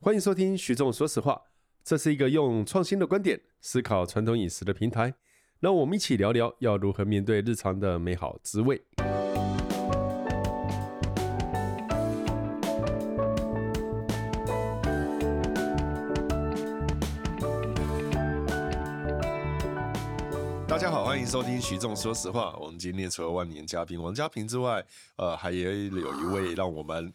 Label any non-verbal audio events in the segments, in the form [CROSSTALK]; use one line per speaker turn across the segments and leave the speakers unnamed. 欢迎收听徐总说实话，这是一个用创新的观点思考传统饮食的平台，让我们一起聊聊要如何面对日常的美好滋味。大家好，欢迎收听徐总说实话。我们今天除了万年嘉宾王家平之外，呃，还有有一位让我 [LAUGHS] 们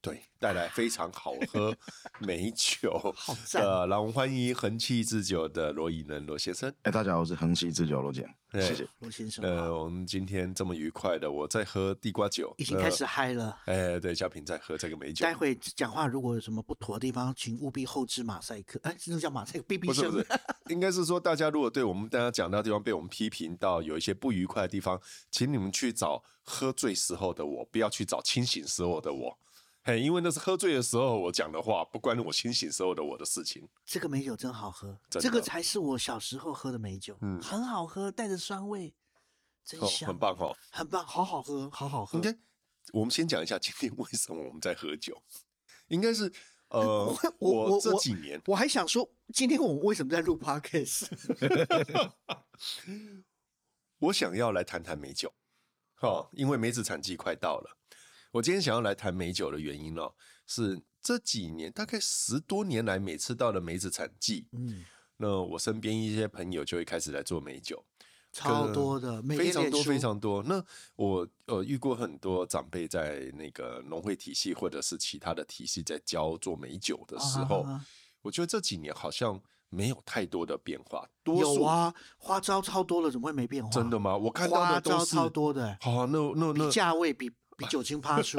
对带来非常好喝美酒，
好赞
呃，让我们欢迎恒气制酒的罗以能罗先生。
哎、大家好，我是恒喜制酒罗姐，
哎
谢谢。
罗先生啊，
呃，我们今天这么愉快的，我在喝地瓜酒，
已经开始嗨了。
呃。哎、对，嘉平在喝这个美酒。
待会讲话如果有什么不妥的地方，请务必后置马赛克。哎，这种叫马赛克，哔
不
哔
是
声。
不是，应该是说大家如果对我们大家讲到的地方被我们批评到有一些不愉快的地方，请你们去找喝醉时候的我，不要去找清醒时候的我。嘿，因为那是喝醉的时候我讲的话，不关我清醒时候的我的事情。
[LAUGHS] 这个美酒真好喝，
真的
这个才是我小时候喝的美酒，
嗯
很好喝，带着酸味，真
哦，
香，
很，棒嗯哦。
很棒，好好喝，好好喝
应。该我们先讲一下今天为 [LAUGHS] 什么我们在喝酒，应该是呃，
[LAUGHS] 我我
这
我
几年
我还想说，今天我们为什么在录 [LAUGHS] podcast？
我想要来谈谈美酒，哦，因为梅子产季快到了。我今天想要来谈美酒的原因哦，是这几年大概十多年来，每次到了梅子产季，
嗯，
那我身边一些朋友就会开始来做美酒，
超多的，每
非
天
常
脸
多
书
非常多。那我呃遇过很多长辈在那个农会体系或者是其他的体系在教做美酒的时候，
啊
我觉得这几年好像没有太多的变化，多数
有啊，花招超多了，怎么会没变化？
真的吗？我看到
花
的都
招
是
超多的，
好、啊，那那
比
那
价位比比酒精趴出。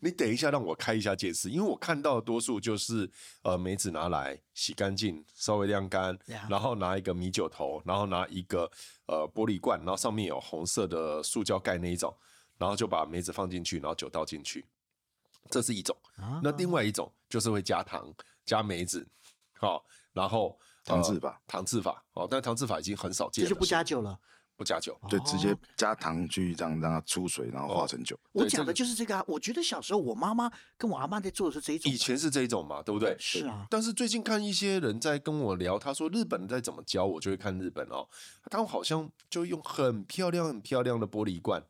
你等一下，让我开一下见识，因为我看到的多数就是呃梅子拿来洗干净，稍微晾干
Yeah
然后拿一个米酒头，然后拿一个呃玻璃罐，然后上面有红色的塑胶盖那一种，然后就把梅子放进去，然后酒倒进去，这是一种。
啊
[LAUGHS] 那另外一种就是会加糖、加梅子，好、然后
糖制法，
呃糖制法哦，但糖制法已经很少见
这
了，
就不加酒了。
不加酒，
哦
对，直接加糖去这样让它出水，然后化成酒。
我
对
讲
这
的
个
就是这个啊。我觉得小时候我妈妈跟我阿妈在做的是这一种
以，前是这一种嘛，对不对？
[LAUGHS] 是啊，
但是最近看一些人在跟我聊，他说日本在怎么教，我就会看日本哦。他们好像就用很漂亮、很漂亮的玻璃罐，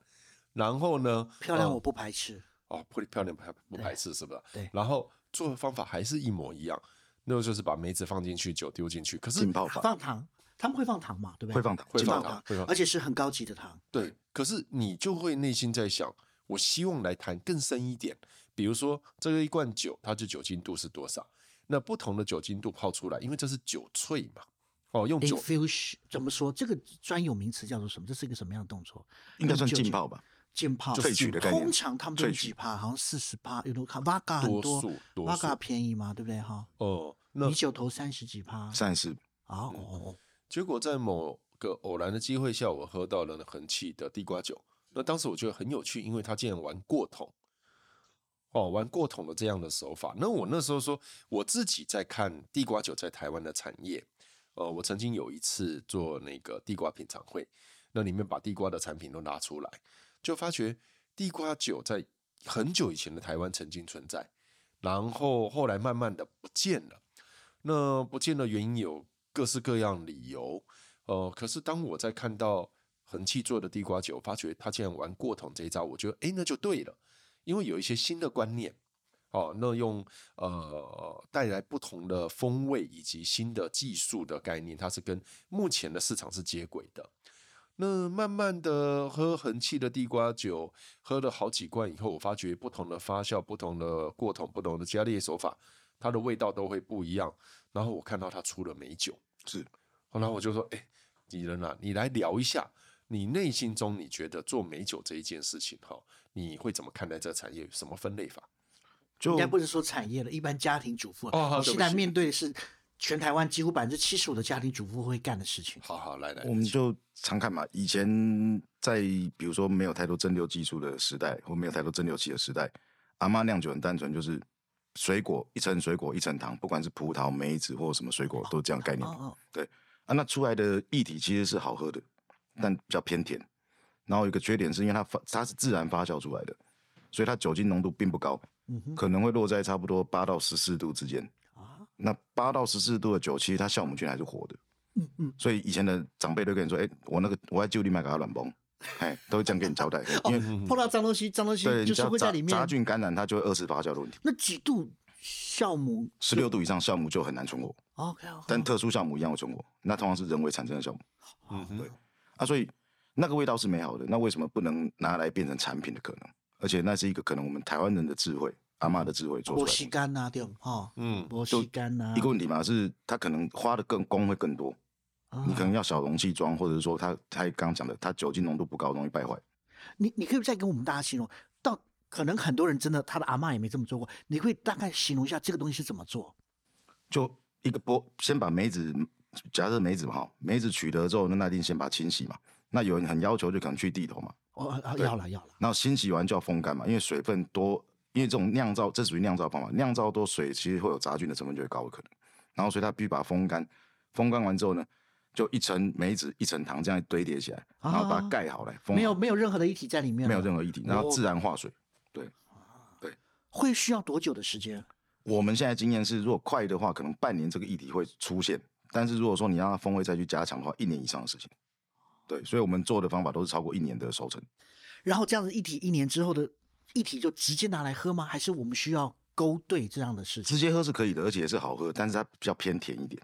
然后呢，
漂亮
呃
我不排斥。
哦，玻璃漂亮不排不排斥是不是？
对
然后做的方法还是一模一样，那就是把梅子放进去，酒丢进去。可是
浸泡法
放糖，他们会放糖嘛？对不对？
会放糖
会
浸
放
泡
糖会放
而且是很高级的糖。
对，可是你就会内心在想，我希望来谈更深一点，比如说这个一罐酒，它的酒精度是多少？那不同的酒精度泡出来，因为这是酒萃嘛，哦，用酒
infusion 怎么说？这个专有名词叫做什么？这是一个什么样的动作？
应该算
嗯用酒
浸泡吧？
浸泡
就萃取的概念
通常他们都
萃取
几趴，好像四十趴，有多卡瓦嘎很
多
多
数，多
瓦
数
嘎便宜嘛，对不对哈？
哦、那
米酒头三十几趴
算是
啊哦哦，哦
结果在某个偶然的机会下，我喝到了恒气的地瓜酒。那当时我觉得很有趣，因为他竟然玩过桶，哦，玩过桶的这样的手法。那我那时候说，我自己在看地瓜酒在台湾的产业。呃，我曾经有一次做那个地瓜品尝会，那里面把地瓜的产品都拿出来，就发觉地瓜酒在很久以前的台湾曾经存在，然后后来慢慢的不见了。那不见的原因有各式各样理由。呃，可是当我在看到恒气做的地瓜酒，发觉他竟然玩过桶这一招，我觉得诶，那就对了，因为有一些新的观念。哦，那用呃带来不同的风味以及新的技术的概念，它是跟目前的市场是接轨的。那慢慢的喝恒气的地瓜酒，喝了好几罐以后，我发觉不同的发酵、不同的过桶、不同的加烈手法，它的味道都会不一样。然后我看到它出了美酒，
是
后来我就说：“哎、李仁啊，你来聊一下，你内心中你觉得做美酒这一件事情，哈，你会怎么看待这个产业？有什么分类法？
就
应该不是说产业了，一般家庭主妇。啊
哦好
我
对
现
不
在
起
面对的是全台湾几乎百分之七十五的家庭主妇会干的事情。
好好来来，
我们就常看嘛。以前在比如说没有太多蒸馏技术的时代，或没有太多蒸馏器的时代，阿妈酿酒很单纯，就是水果一层水果一层糖，不管是葡萄、梅子或什么水果，都这样概念。
哦哦，
啊，那出来的液体其实是好喝的，但比较偏甜。然后有一个缺点是因为它发它是自然发酵出来的，
嗯
所以它酒精浓度并不高，可能会落在差不多八到十四度之间。
啊
那八到十四度的酒，其实它酵母菌还是活的，
嗯嗯，
所以以前的长辈都跟你说，哎、我那个我要就地买给他软崩，哎，都会这样跟你交代，因为、
碰到脏东西，脏东西
嗯对，
哦就
你只
是
要
会
杂
在里面。
杂菌感染，它就会二次发酵的问题。
那几度酵母
十六度以上酵母就很难存活，
？OK，, o k
但特殊酵母一样会存活，那通常是人为产生的酵母
嗯哼，
啊，所以那个味道是美好的，那为什么不能拿来变成产品的可能？而且那是一个可能我们台湾人的智慧，阿嬷的智慧做出
波
来
西
的
干呐，对哈，
嗯，
波西干呐，
一个问题嘛，是它可能花的更工会更多，
啊
你可能要小容器装，或者是说它它刚刚讲的，它酒精浓度不高，容易败坏。
你你可以再跟我们大家形容，到可能很多人真的他的阿嬷也没这么做过，你会大概形容一下这个东西是怎么做？
就一个波，先把梅子，假设梅子嘛哈，梅子取得之后，那那一定先把它清洗嘛。那有人很要求，就可能去地头嘛，
哦，啊
对
要了要了，
然后清洗完就要风干嘛，因为水分多，因为这种酿造，这属于酿造方法，酿造多水其实会有杂菌的成分就会高的可能，然后所以它必须把它风干，风干完之后呢，就一层梅子一层糖这样堆叠起来，然后把它
啊
盖好来，封
没有啊哦
好
没有任何的液体在里面，
没有任何液体，然后自然化水。
会需要多久的时间？
我们现在经验是，如果快的话，可能半年这个议题会出现；但是如果说你让它峰会再去加强的话，一年以上的事情。对，所以我们做的方法都是超过一年的收成。
然后这样子一体一年之后的一体就直接拿来喝吗？还是我们需要勾兑这样的事
直
情？
接喝是可以的，而且也是好喝，但是它比较偏甜一点。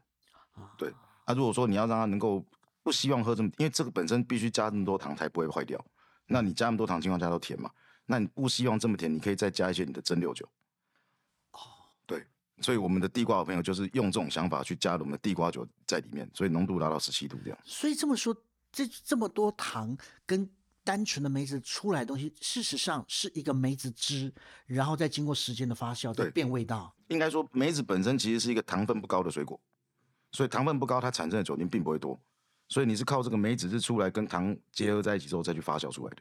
啊
对啊，如果说你要让它能够不希望喝这么，因为这个本身必须加这么多糖才不会坏掉。那你加那么多糖情况下都甜嘛？那你不希望这么甜，你可以再加一些你的蒸馏酒。
哦
对，所以我们的地瓜好朋友就是用这种想法去加了我们的地瓜酒在里面，所以浓度达到十七度这样。
所以这么说，这这么多糖跟单纯的梅子出来的东西，事实上是一个梅子汁，然后再经过时间的发酵，再
对
变味道。
应该说梅子本身其实是一个糖分不高的水果，所以糖分不高，它产生的酒精并不会多，所以你是靠这个梅子汁出来跟糖结合在一起之后再去发酵出来的。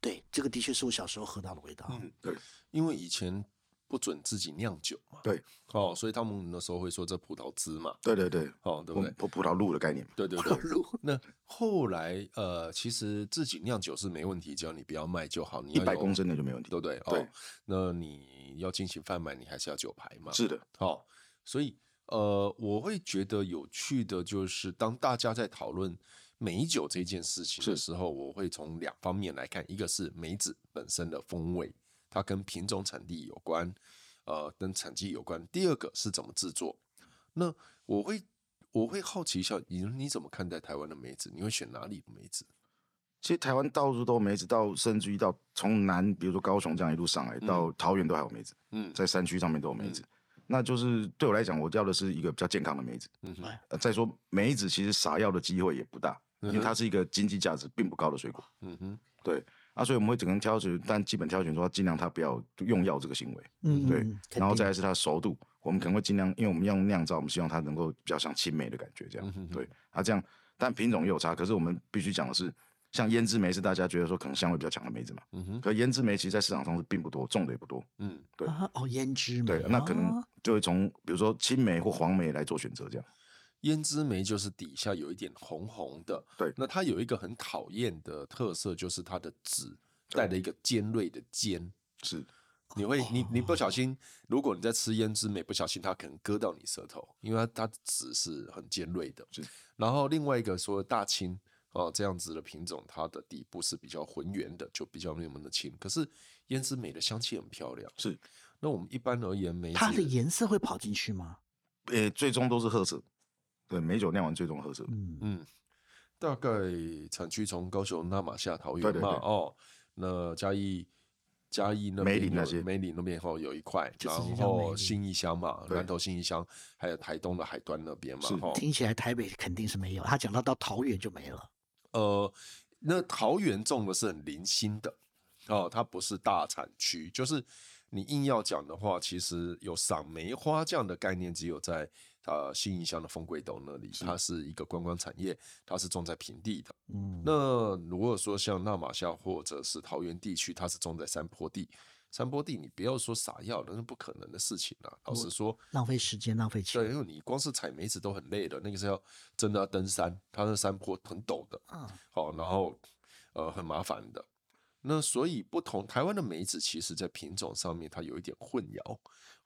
对，这个的确是我小时候喝到的味
[LAUGHS]
道。
嗯
对，
因为以前不准自己酿酒嘛，
对，
哦，所以他们那时候会说这葡萄汁嘛，
对对对，
哦，对不对？
葡葡萄露的概念嘛，
对对
[LAUGHS]
对。那后来呃，其实自己酿酒是没问题，只要你不要卖就好。你
一
要
百
呃有
公升的就没问题
对。不对？
对
哦，那你要进行贩卖，你还是要酒牌嘛？
是的，
好、所以呃，我会觉得有趣的就是，当大家在讨论美酒这件事情的
是
时候，我会从两方面来看，一个是梅子本身的风味，它跟品种、产地有关，呃，跟产季有关；第二个是怎么制作。那我会我会好奇一下，你你怎么看待台湾的梅子？你会选哪里的梅子？
其实台湾到处都有梅子，到甚至于到从南，比如说高雄这样一路上来，到桃园都还有梅子，
嗯
在山区上面都有梅子。那就是对我来讲，我要的是一个比较健康的梅子。
嗯哼
呃，再说梅子其实撒药的机会也不大，因为
嗯哼
它是一个经济价值并不高的水果。
嗯哼，
对啊，所以我们会整个挑选，但基本挑选说尽量它不要用药这个行为，
嗯，
对，
嗯
然后再来是它的熟度，我们可能会尽量，因为我们用酿造，我们希望它能够比较像青梅的感觉这样，
嗯哼哼
对啊，这样，但品种也有差，可是我们必须讲的是，像胭脂梅是大家觉得说可能香味比较强的梅子嘛，
嗯哼，
可胭脂梅其实在市场上是并不多，种的也不多，
嗯
对
啊哦，胭脂梅，
对，那可能
哦
啊
就会从比如说青梅或黄梅来做选择这样，
胭脂梅就是底下有一点红红的，
对
那它有一个很讨厌的特色，就是它的籽带了一个尖锐的尖。
是
你会，你你不小心，如果你在吃胭脂梅，不小心它可能割到你舌头，因为它它的籽是很尖锐的
是。
然后另外一个说大青哦这样子的品种，它的底部是比较浑圆的，就比较没有那么青。可是胭脂梅的香气很漂亮。
是，
那我们一般而言，梅子
它的颜色会跑进去吗？
呃，最终都是褐色，对，美酒酿完最终褐色，
嗯，
嗯，大概产区从高雄那马下桃园嘛，
对对对
哦，那嘉义嘉义那
梅
边
岭那
有
些
梅岭那边后有一块，
就
然
直接叫梅
后
岭
新义乡嘛，
对
南投新义乡，还有台东的海端那边嘛哦
是，
哈，
听起来台北肯定是没有，他讲到到桃园就没了。
呃，那桃园种的是很零星的哦，它不是大产区，就是你硬要讲的话，其实有赏梅花这样的概念，只有在呃新义乡的丰贵斗那里，它是一个观光产业，它是种在平地的。
嗯，
那如果说像纳马夏或者是桃园地区，它是种在山坡地，山坡地你不要说撒药了，那是不可能的事情啊。老实说，
浪费时间，浪费
对，
钱。
因为你光是采梅子都很累了，那个是要真的要登山，它那山坡很陡的，
啊，
好、然后呃很麻烦的。那所以不同，台湾的梅子其实在品种上面它有一点混淆，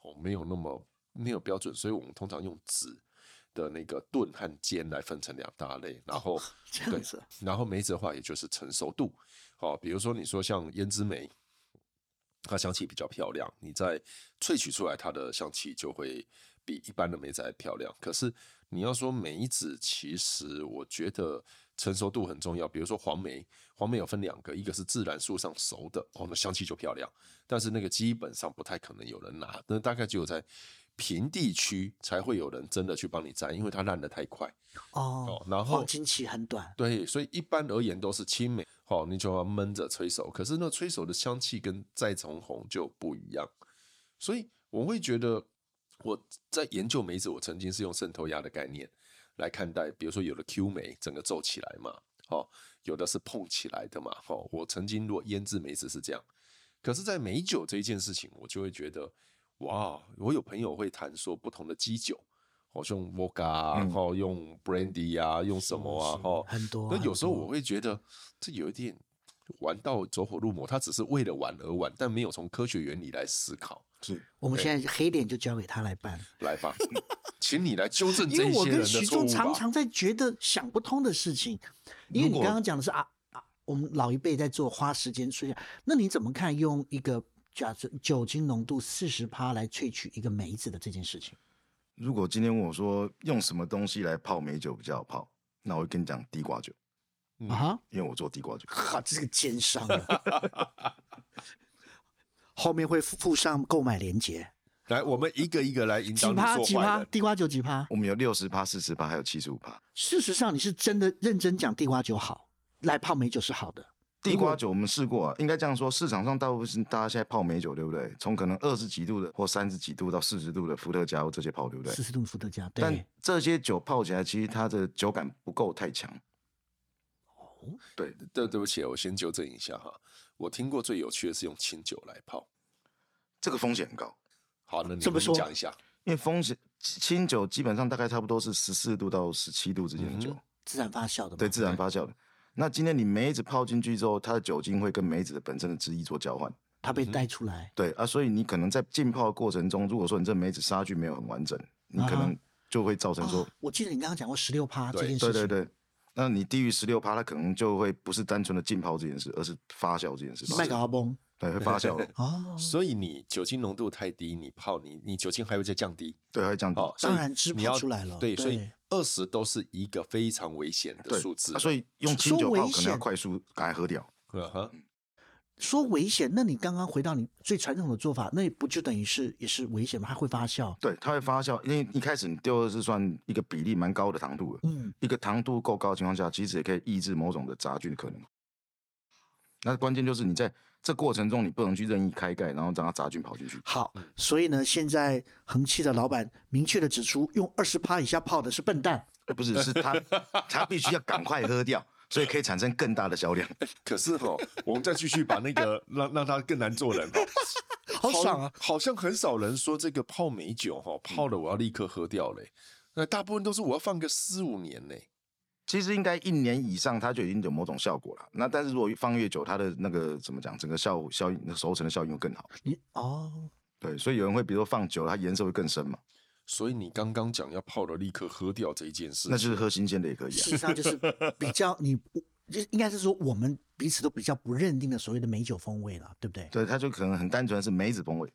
哦，没有那么没有标准，所以我们通常用籽的那个钝和尖来分成两大类，然后
[LAUGHS] 这样
对
子哦
然后梅子的话，也就是成熟度。好、比如说你说像胭脂梅，它香气比较漂亮，你在萃取出来它的香气就会比一般的梅子还漂亮。可是你要说梅子，其实我觉得成熟度很重要。比如说黄梅，黄梅有分两个，一个是自然树上熟的，哦，那香气就漂亮，但是那个基本上不太可能有人拿，那大概只有在。平地区才会有人真的去帮你摘，因为它烂得太快。
哦
哦，然后
黄金期很短，
对，所以一般而言都是青梅，好、你就要闷着催熟。可是那催熟的香气跟再重红就不一样，所以我会觉得我在研究梅子，我曾经是用渗透压的概念来看待，比如说有的 Q 梅整个皱起来嘛，好、有的是碰起来的嘛，好、我曾经如果腌制梅子是这样，可是，在美酒这一件事情，我就会觉得，哇，我有朋友会谈说不同的基酒。哦，用 vodka 啊，然
嗯
后用 brandy 啊，用什么啊
是，
哦，
嗯很多。
那
很
有时候
多
我会觉得这有一点玩到走火入魔，他只是为了玩而玩，但没有从科学原理来思考。
是
我们现在黑脸就交给他来办，
来
[LAUGHS]
吧，请你来纠正
因
[LAUGHS] 这
为
一
我
些人
跟
的
徐
错误
仲
吧。
常常在觉得想不通的事情，因为
如
你
果
刚刚讲的是啊啊，我们老一辈在做花时间萃取，那你怎么看用一个假设酒精浓度四十趴来萃取一个梅子的这件事情？
如果今天问我说用什么东西来泡美酒比较好泡，那我会跟你讲地瓜酒，
嗯
啊
因为我做地瓜酒。
哈，这是个奸商
[LAUGHS]
啊后面会附附上购买链接，
来，我们一个一个来引导
几
你
趴几
做坏
趴，
人。
地瓜酒几趴？
我们有六十趴、四十趴，还有七十五趴。
事实上，你是真的认真讲地瓜酒好，来泡梅酒是好的。
地瓜酒我们试过、啊，应该这样说，市场上大部分是大家现在泡美酒，对不对？从可能二十几度的或三十几度到四十度的伏特加或这些泡，对不对
四？十度伏特加，
但
对，
这些酒泡起来，其实它的酒感不够太强。
哦对，对不起，我先纠正一下哈。我听过最有趣的是用清酒来泡。
这个风险很高，
好，那你
怎么
你
说
讲一下？
因为风险清酒基本上大概差不多是十四度到十七度之间的酒，
嗯哼
自然发酵的嘛。
对，自然发酵的。那今天你梅子泡进去之后，它的酒精会跟梅子的本身的汁液做交换，
它被带出来。
对啊，所以你可能在浸泡的过程中，如果说你这梅子杀菌没有很完整，你可
啊
能就会造成说，
啊我记得你刚刚讲过十六趴这
对，
件事
对
情。
对对，那你低于十六趴，它可能就会不是单纯的浸泡这件事，而是发酵这件事情，
麦睾崩
对，会
[LAUGHS]
发酵了
哦，
所以你酒精浓度太低，你泡你你酒精还会再降低。
对，会降低。
哦，所
当
以
然汁
你
跑
要
出来了
对，所以
对
二十都是一个非常危险的
对
数字。
啊所以用清
说
酒
危
泡可能要
险
快速赶快喝掉。
嗯哼，
说危险，那你刚刚回到你最传统的做法，那不就等于是也是危险吗？它会发酵。
对，它会发酵，因为一开始你丢的是算一个比例蛮高的糖度了，
嗯，
一个糖度够高的情况下，其实也可以抑制某种的杂菌的可能。那关键就是你在这过程中，你不能去任意开盖，然后让它杂菌跑进去。
好，所以呢，现在恒气的老板明确的指出，用二十趴以下泡的是笨蛋。
呃不是，是它它必须要赶快喝掉，所以可以产生更大的销量。 [LAUGHS]
可是哈、我们再继续把那
[LAUGHS]
个让让他更难做人哈、
好爽啊！
好像很少人说这个泡美酒哈、泡了我要立刻喝掉嘞、那大部分都是我要放个四五年嘞、
其实应该一年以上，它就已经有某种效果了。那但是如果放越久，它的那个怎么讲，整个效效应、熟成的效应会更好。
你哦，
对，所以有人会比如说放久了，它颜色会更深嘛，
所以你刚刚讲要泡了立刻喝掉这一件事，
那就是喝新鲜的也可以
事
[LAUGHS] 啊。
实上就是比较你不，就应该是说我们彼此都比较不认定的所谓的美酒风味了，对不对？
对，它就可能很单纯是梅子风味。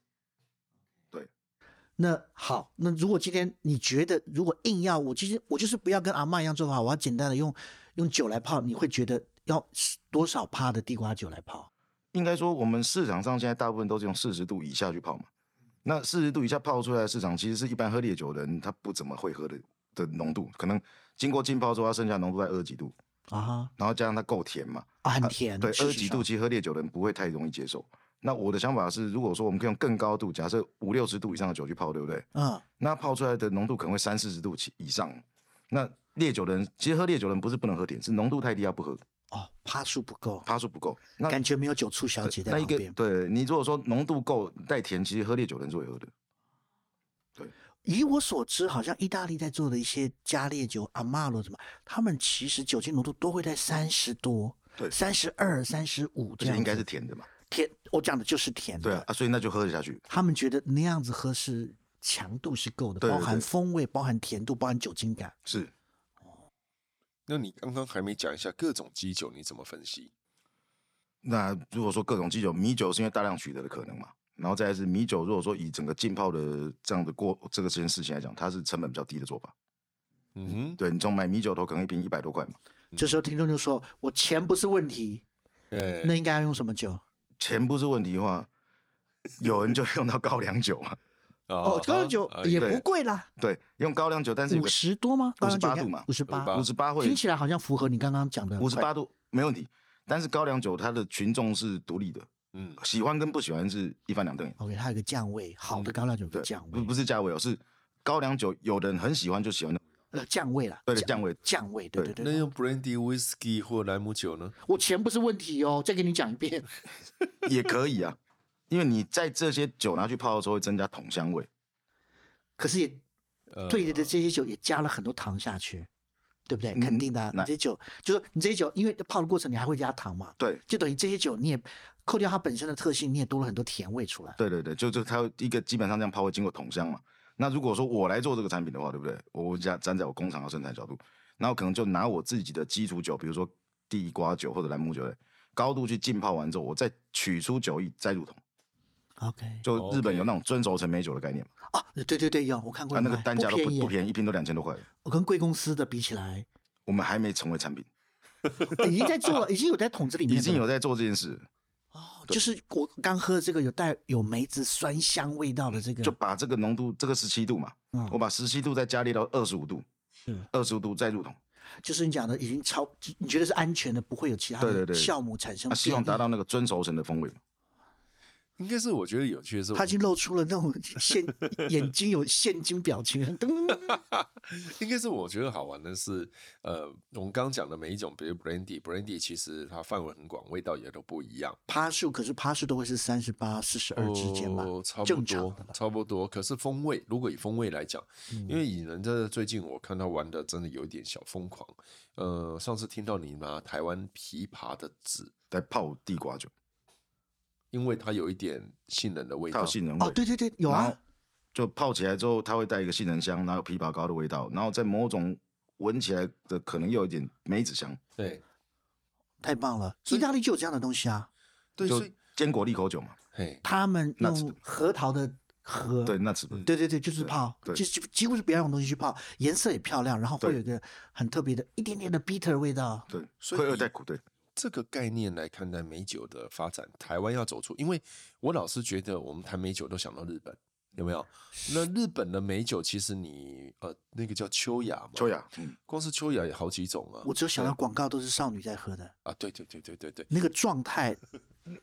那好，那如果今天你觉得如果硬要我，其实我就是不要跟阿嬷一样做法，我要简单的用用酒来泡，你会觉得要多少趴的地瓜酒来泡？
应该说，我们市场上现在大部分都是用四十度以下去泡嘛。那四十度以下泡出来的市场，其实是一般喝烈酒的人他不怎么会喝的的浓度，可能经过浸泡之后，它剩下浓度在二十几度，
啊哈
然后加上它够甜嘛，
啊，很
啊
甜，
对，
事
二十
实
几
上
度其实喝烈酒的人不会太容易接受。那我的想法是，如果说我们可以用更高度，假设五六十度以上的酒去泡，对不对？
嗯，
那泡出来的浓度可能会三四十度起以上。那烈酒的人，其实喝烈酒的人不是不能喝甜，是浓度太低他不喝，
哦，趴数不够，
趴数不够。那
感觉没有酒醋小姐在
那
旁
一个
边。
对你如果说浓度够带甜，其实喝烈酒的人是会喝的。
以我所知，好像意大利在做的一些加烈酒、阿玛罗什么，他们其实酒精浓度都会在三十多、
对
三十二、三十五
而
这
且
样子。
应该是甜的嘛。
甜，我讲的就是甜的。
对啊，啊所以那就喝得下去。
他们觉得那样子喝是强度是够的，
对对
包含
对
风味、包含甜度、包含酒精感。
是
那你刚刚还没讲一下各种基酒你怎么分析？
那如果说各种基酒，米酒是因为大量取得的可能嘛，然后再来是米酒，如果说以整个浸泡的这样的过这个这件事情来讲，它是成本比较低的做法。
嗯
对你从买米酒头可能一瓶一百多块嘛，
这时候听众就说：“我钱不是问题，
哼，哎、
那应该要用什么酒
钱不是问题的话，有人就用到高粱酒嘛，？”
啊
哦，高粱酒
哎
也
啊对
不贵啦，
对，用高粱酒，但是
五十多吗？高粱酒
58度嘛
五十八，
五十八会
听起来好像符合你刚刚讲的
五十
快
八度没问题，但是高粱酒它的群众是独立的，
嗯
喜欢跟不喜欢是一翻两瞪眼。
OK，它有个酱味，好的高粱酒有个
嗯对，
酱味
不，不是价位哦，是高粱酒，有的人很喜欢就喜欢那种
呃，酱味啦，
对的酱味，
酱味，对对
对
那
对。
用 brandy whisky 或莱姆酒呢？
我钱不是问题哦，再给你讲一遍。 [LAUGHS]
也可以啊，因为你在这些酒拿去泡的时候会增加桶香味，
可是也
呃
对的，这些酒也加了很多糖下去，对不对？
嗯
肯定的啊，你
那
这些酒就是你这些酒，因为泡的过程你还会加糖嘛，
对，
就等于这些酒你也扣掉它本身的特性，你也多了很多甜味出来。
对对对，就就它一个基本上这样泡会经过桶香嘛。那如果说我来做这个产品的话，对不对？我家站在我工厂的生产角度，然后可能就拿我自己的基础酒，比如说地瓜酒或者莱姆酒的高度去浸泡完之后，我再取出酒液再入桶。
OK，
就日本
OK
有那种尊熟陈美酒的概念嘛，
啊，对对对，有我看过
它啊那个
卖
单价都
不
不
便宜
不
耶，
便宜，一瓶都两千多块了。
我跟贵公司的比起
[LAUGHS]
来，
我们还没成为产品，
已经在做了，已经有在桶子里面
已
了，
经有在做这件事，
哦，就是我刚喝的这个有带有梅子酸香味道的这个，
就把这个浓度，这个十七度嘛，
嗯
我把十七度再加烈到二十五度
嗯，
二十五度再入桶，
就是你讲的已经超，你觉得是安全的，不会有其他
对对
的
对
酵母产生
那
变异。
啊希望达到那个尊熟成的风味嘛。
应该是我觉得有趣的是，
他已经露出了那种
[LAUGHS]
现眼睛有现金表情，噔，
应该是我觉得好玩的是，呃，我们刚刚讲的每一种，比如 brandy，brandy 其实它范围很广，味道也都不一样，
趴数，可是趴数都会是三十八、四十二之间吧
哦，差不
正常
多
的吧，。
差不多。可是风味，如果以风味来讲，
嗯
因为蚁人在最近我看他玩的真的有一点小疯狂。呃，上次听到你拿台湾枇杷的籽，
来泡地瓜酒，
因为它有一点杏仁的味
它
道
有，杏仁味，
哦，对对对，有
然
啊
后，就泡起来之后，它会带一个杏仁香，然后有枇杷膏的味道，然后在某种闻起来的可能又有一点梅子香，
对
太棒了！意大利就有这样的东西啊，
对，
就
所以
坚果利口酒嘛，
嘿，
他们
那是
用核桃的
嗯
核，
对，那是不是？
对对对，就是泡，
对
就就几乎是不要用东西去泡，颜色也漂亮，然后会
对
有一个很特别的一点点的 bitter 味道。
对，
所以
会有带苦，对，
这个概念来看待美酒的发展，台湾要走出，因为我老是觉得我们谈美酒都想到日本，有没有？那日本的美酒其实你呃那个叫秋雅嘛，
秋雅，嗯，
光是秋雅有好几种啊
我只有想到广告都是少女在喝的，
啊，对对对对对对。
那个状态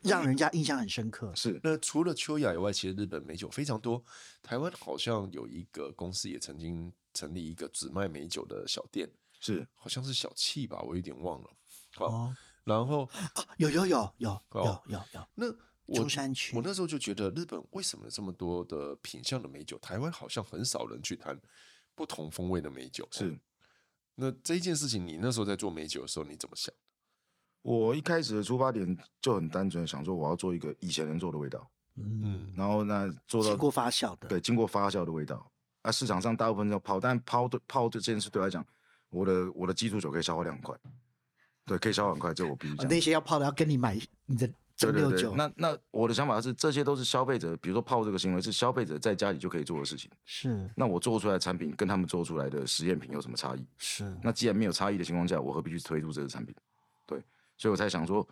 让人家印象很深
[LAUGHS]
刻。
是
那除了秋雅以外，其实日本美酒非常多。台湾好像有一个公司也曾经成立一个只卖美酒的小店，
是，
好像是小气吧，我有点忘了。好，
哦，
然后
啊，有有有有有
哦
有有，
那我
中山区
我那时候就觉得日本为什么有这么多的品相的美酒，台湾好像很少人去谈不同风味的美酒。哦
是
那这一件事情，你那时候在做美酒的时候，你怎么想？
我一开始的出发点就很单纯，想说我要做一个以前人做的味道，
嗯，
嗯，
然后那做
经
到
过发酵的，
对，经过发酵的味道。啊，市场上大部分都泡，但泡对泡对这件事对我来讲，我的我的基础酒可以消化量很快，对，可以消化很快，这我必须
啊
讲。
那些要泡的要跟你买你的
对
蒸馏
对对
酒，，
那那我的想法是，这些都是消费者，比如说泡这个行为是消费者在家里就可以做的事情。
是
那我做出来的产品跟他们做出来的实验品有什么差异？
是
那既然没有差异的情况下，我何必去推出这个产品？对，所以我才想说，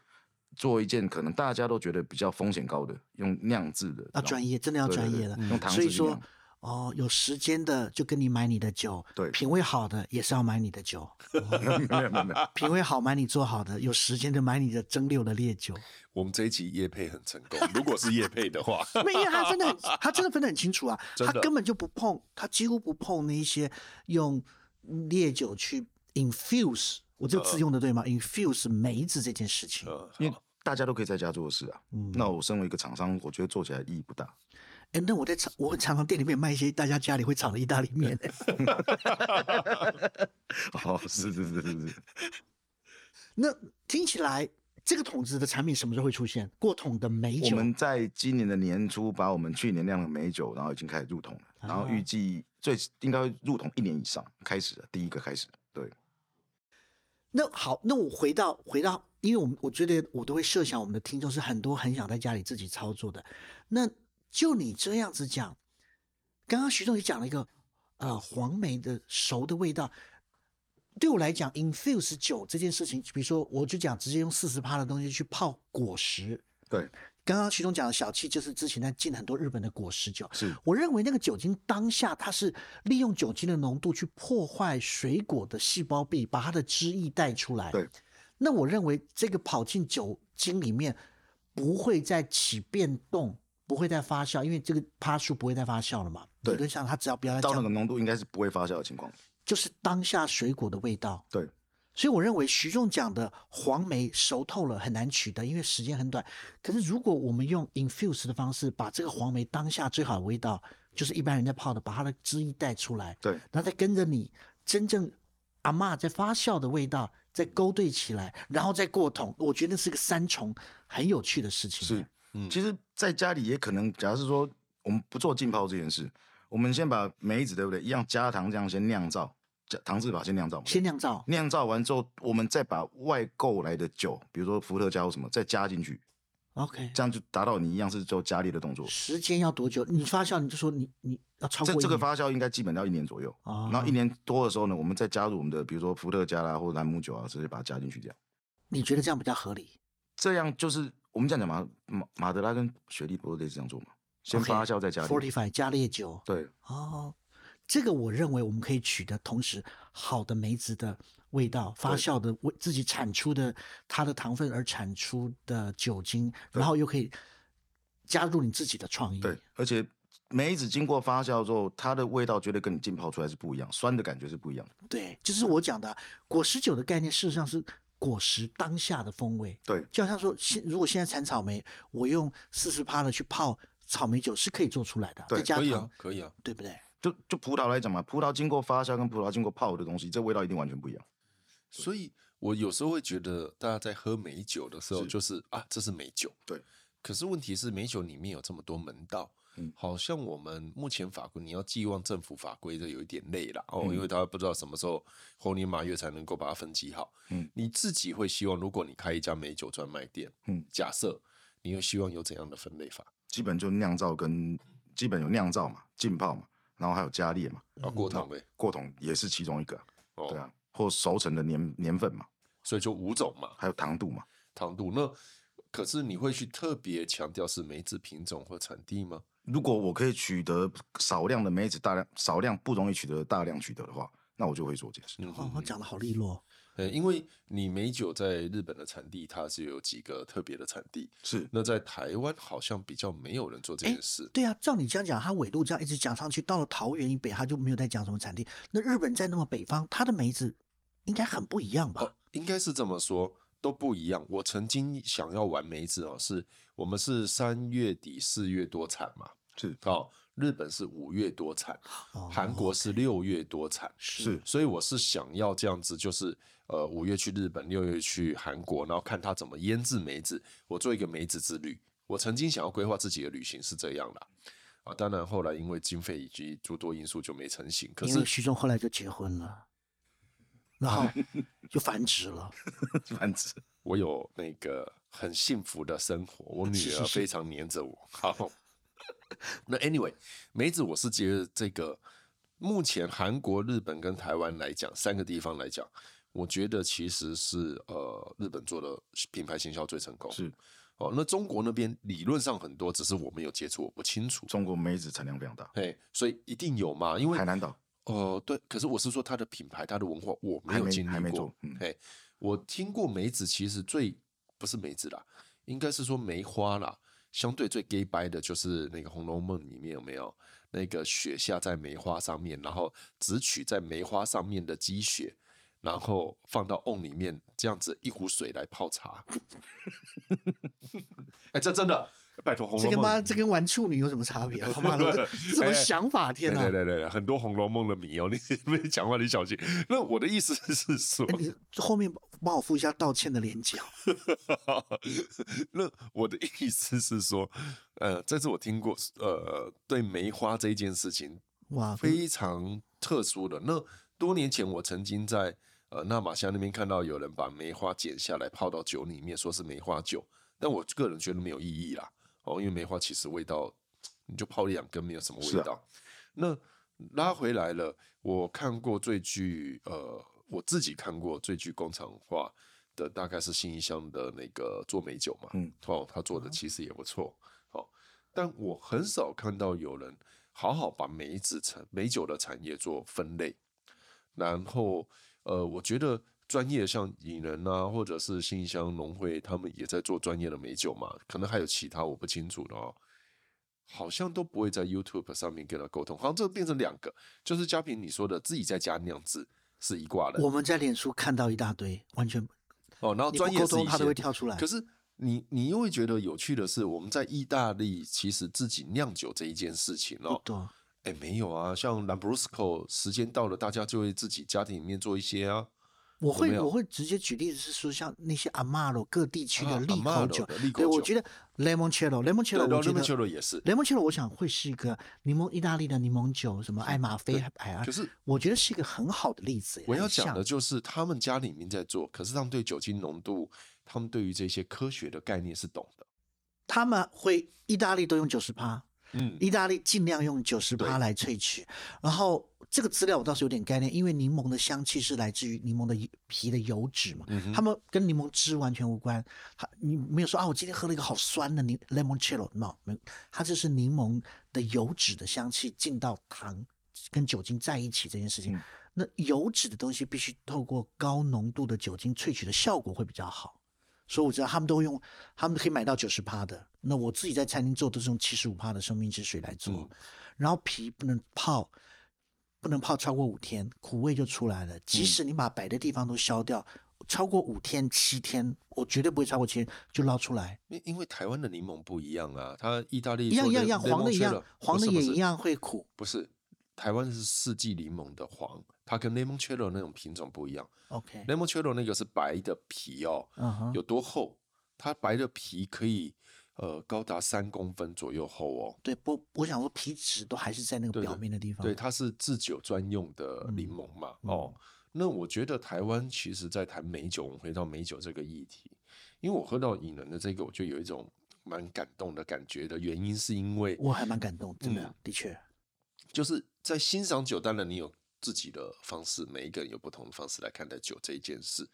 做一件可能大家都觉得比较风险高的，用酿制的，
要啊专业，真的要
对对
专
对嗯
业了。嗯
用糖
所以
制去
说
酿，
哦，有时间的就跟你买你的酒，
对啊
品味好的也是要买你的酒，
[LAUGHS] 没有没有没有，
品味好买你做好的，有时间的买你的蒸馏的烈
[LAUGHS]
酒。
我们这一集夜配很成功，如果是夜配的话，
没有，因为他真的很，他真的分得很清楚啊，
真
他
的
根本就不碰，他几乎不碰那一些用烈酒去 infuse，我这个
呃
字用的对吗、i n f u s e 梅子这件事情，
[LAUGHS] 呃，
因为大家都可以在家做的事啊。
嗯
那我身为一个厂商，我觉得做起来意义不大。
哎，那我在常，我很常常店里面卖一些大家家里会炒的意大利面、
[LAUGHS] 哦，是是是是是，
那听起来这个桶子的产品什么时候会出现？过桶的梅
[LAUGHS] 我
酒
们在今年的年初把我们去年酿的美酒，然后已经开始入桶了。然后预
啊
计最应该会入桶一年以上开始的，第一个开始。对，
那好，那我回到回到，因为我们我觉得我都会设想我们的听众是很多很想在家里自己操作的。那就你这样子讲，刚刚徐总也讲了一个呃黄梅的熟的味道，对我来讲，infuse 酒这件事情，比如说我就讲直接用四十帕的东西去泡果实。
对，
刚刚徐总讲的小气，就是之前在进很多日本的果实酒，
是
我认为那个酒精当下，它是利用酒精的浓度去破坏水果的细胞壁，把它的汁液带出来。
对，
那我认为这个跑进酒精里面，不会再起变动，不会再发酵，因为这个趴树不会再发酵了嘛。
对
理论上它只要不要再
到那
降
个浓度应该是不会发酵的情况。
就是当下水果的味道。
对，
所以我认为徐仲讲的黄梅熟透了很难取得，因为时间很短。可是如果我们用 infuse 的方式，把这个黄梅当下最好的味道，就是一般人在泡的，把它的汁液带出来，
对，
然后再跟着你真正阿嬷在发酵的味道再勾兑起来，然后再过桶，我觉得是个三重很有趣的事情。
是，
嗯
其实在家里也可能，假如是说我们不做浸泡这件事，我们先把梅子对不对，一样加糖这样先酿造，加糖制法先酿造嘛，
先酿造，
酿造完之后，我们再把外购来的酒，比如说伏特加或什么，再加进去，嗯
，OK。
这样就达到你一样是做加烈的动作。
时间要多久？你发酵你就说你你要超
这
过
这个
一年
发酵应该基本要一年左右，
啊，
然后一年多的时候呢，我们再加入我们的比如说伏特加啦或者兰姆酒啊，直接把它加进去，这样
你觉得这样比较合理？
这样就是我们这样讲嘛，马马德拉跟雪莉不是类似这样做嘛，先
OK，
发酵再加烈
Fortify 加烈酒
对，
哦，这个我认为我们可以取得同时好的梅子的味道，发
对
酵的味自己产出的它的糖分而产出的酒精，然后又可以加入你自己的创意。
对，而且梅子经过发酵之后，它的味道绝对跟你浸泡出来是不一样，酸的感觉是不一样的。
对，就是我讲的果实酒的概念，事实上是果实当下的风味。
对，
就好像说，现如果现在产草莓，我用四十趴的去泡草莓酒是可以做出来的，
对
再加
可以
糖
啊，，可以啊，
对不对？
就就葡萄来讲嘛，葡萄经过发酵跟葡萄经过泡的东西，这味道一定完全不一样。
所以我有时候会觉得，大家在喝美酒的时候，
是
就是啊，这是美酒。
对。
可是问题是，美酒里面有这么多门道，
嗯
好像我们目前法规，你要寄望政府法规，这有一点累了哦，
嗯
因为他不知道什么时候猴年马月才能够把它分级好。
嗯，
你自己会希望，如果你开一家美酒专卖店，
嗯，
假设你又希望有怎样的分类法？
基本就酿造跟基本有酿造嘛，浸泡嘛，然后还有加烈嘛，
嗯
啊，过桶呗，
过桶也是其中一个啊、
哦，
嗯对啊，或熟成的年年份嘛，
所以就五种嘛，
还有糖度嘛。
糖度。那可是你会去特别强调是梅子品种或产地吗？
如果我可以取得少量的梅子，大量少量不容易取得的大量取得的话，那我就会做这件事。
嗯
哦，讲的好利落。
呃，因为你美酒在日本的产地，它是有几个特别的产地。
是
那在台湾好像比较没有人做这件事。
对啊，照你这样讲，它纬度这样一直讲上去，到了桃园以北，它就没有再讲什么产地。那日本在那么北方，它的梅子应该很不一样吧？
哦，应该是这么说，都不一样。我曾经想要玩梅子哦，是我们是三月底四月多产嘛，
是 [LAUGHS]
哦，日本是五月多产，
哦
韩国是六月多产，
是
所以我是想要这样子，就是呃五月去日本，六月去韩国，然后看它怎么腌制梅子，我做一个梅子之旅。我曾经想要规划自己的旅行是这样啦，啊，当然后来因为经费以及诸多因素就没成型。可
因为
是
徐仲后来就结婚了，
[LAUGHS]
然后就繁殖了。
繁殖，
我有那个很幸福的生活，我女
是是
儿
是
非常黏着我。好， [LAUGHS] 那 anyway，梅子我是觉得这个目前韩国、日本跟台湾来讲，三个地方来讲，我觉得其实是呃日本做的品牌行销最成功。
是
哦，那中国那边理论上很多，只是我没有接触，我不清楚。
中国梅子产量非常大，
嘿，所以一定有嘛，因为
海南岛
哦，对，可是我是说它的品牌、它的文化，我没
还
有
没
经
还
历
没
过
做。嗯
哎，我听过梅子，其实最不是梅子啦，应该是说梅花啦。相对最 gay 掰的就是那个《红楼梦》里面有没有那个雪下在梅花上面，然后只取在梅花上面的积雪，然后放到瓮里面，这样子一壶水来泡茶。 [LAUGHS] 哎，这真的，拜托《红
这
楼
跟
梦》
妈这跟玩处女有什么差别啊？他妈的，
[LAUGHS]
这什么想法？天哪！
哎对对对对，很多《红楼梦》的迷哦，你 [LAUGHS] 没讲话你小心。那我的意思是说， [LAUGHS]
哎你后面帮我附一下道歉的链接哦。
那我的意思是说，呃，这是我听过，呃，对梅花这件事情，
哇，
非常特殊的。那多年前我曾经在呃纳马乡那边看到有人把梅花剪下来泡到酒里面，说是梅花酒，但我个人觉得没有意义啦。哦，因为梅花其实味道，你就泡一两根没有什么
是
味
啊
道。那拉回来了，我看过最具呃，我自己看过最具工厂化的大概是新一乡的那个做美酒嘛，
嗯，
哦，他做的其实也不错，哦，但我很少看到有人好好把梅子产美酒的产业做分类，然后呃，我觉得专业像引人啊，或者是新乡农会，他们也在做专业的美酒嘛，可能还有其他我不清楚的哦。好像都不会在 YouTube 上面跟他沟通，好像这变成两个，就是嘉平你说的自己在家酿制是一挂的
我们在脸书看到一大堆，完全
哦，然后
你
专
不
业
沟
是一
通，它都
些
会跳出来。
可是你你又会觉得有趣的是，我们在意大利其实自己酿酒这一件事情
不
哦，
多，
哎没有啊，像 Lambrusco 时间到了，大家就会自己家庭里面做一些啊，
我
没
会
有
我会直接举例子是说，像那些阿玛罗各地区
啊
的利口
Amaro
酒
的利，口
对，
酒
我觉得 limoncello，limoncello，
对，然后
我觉
l
得
i m o 也是，
limoncello，我想会是一个柠檬意大利的柠檬酒，什么艾玛菲哎啊
可，是
我觉得是一个很好的例子。
我要
很
讲
像
的就是他们家里面在做，可是他们对酒精浓度，他们对于这些科学的概念是懂的，
他们会意大利都用九十趴，
嗯，
意大利尽量用九十
对
趴来萃取。然后这个资料我倒是有点概念，因为柠檬的香气是来自于柠檬的油皮的油脂嘛，
嗯哼
它们跟柠檬汁完全无关。它你没有说啊，我今天喝了一个好酸的柠 limoncello，no，没有它就是柠檬的油脂的香气进到糖跟酒精在一起这件事情。
嗯
那油脂的东西必须透过高浓度的酒精萃取的效果会比较好。所以我知道他们都会用，他们可以买到九十趴的。那我自己在餐厅做都是用七十五趴的生命之水来做，
嗯
然后皮不能泡，不能泡超过五天，苦味就出来了。
嗯
即使你把白的地方都消掉，超过五天、七天，我绝对不会超过七天就捞出来，
因因为台湾的柠檬不一样啊，它意大利
一样
做
一样一样，
lemon
黄的一样
cello，，
黄的
不是
也
不是
一样会苦。
不是，台湾是四季柠檬的黄，它跟 limoncello 那种品种不一样。
OK，
limoncello 那个是白的皮哦，
嗯哼，
有多厚？它白的皮可以呃高达三公分左右厚哦。
对不？我想说皮质都还是在那个
对
表
对
面的地方。
对，它是制酒专用的
哦嗯
柠檬嘛。哦，那我觉得台湾其实在谈美酒，我们回到美酒这个议题，因为我喝到引人的这个，我就有一种蛮感动的感觉的原因，是因为
我还蛮感动，真的，
嗯
的确，
就是在欣赏酒，当然你有自己的方式，每一个人有不同的方式来看待酒这一件事。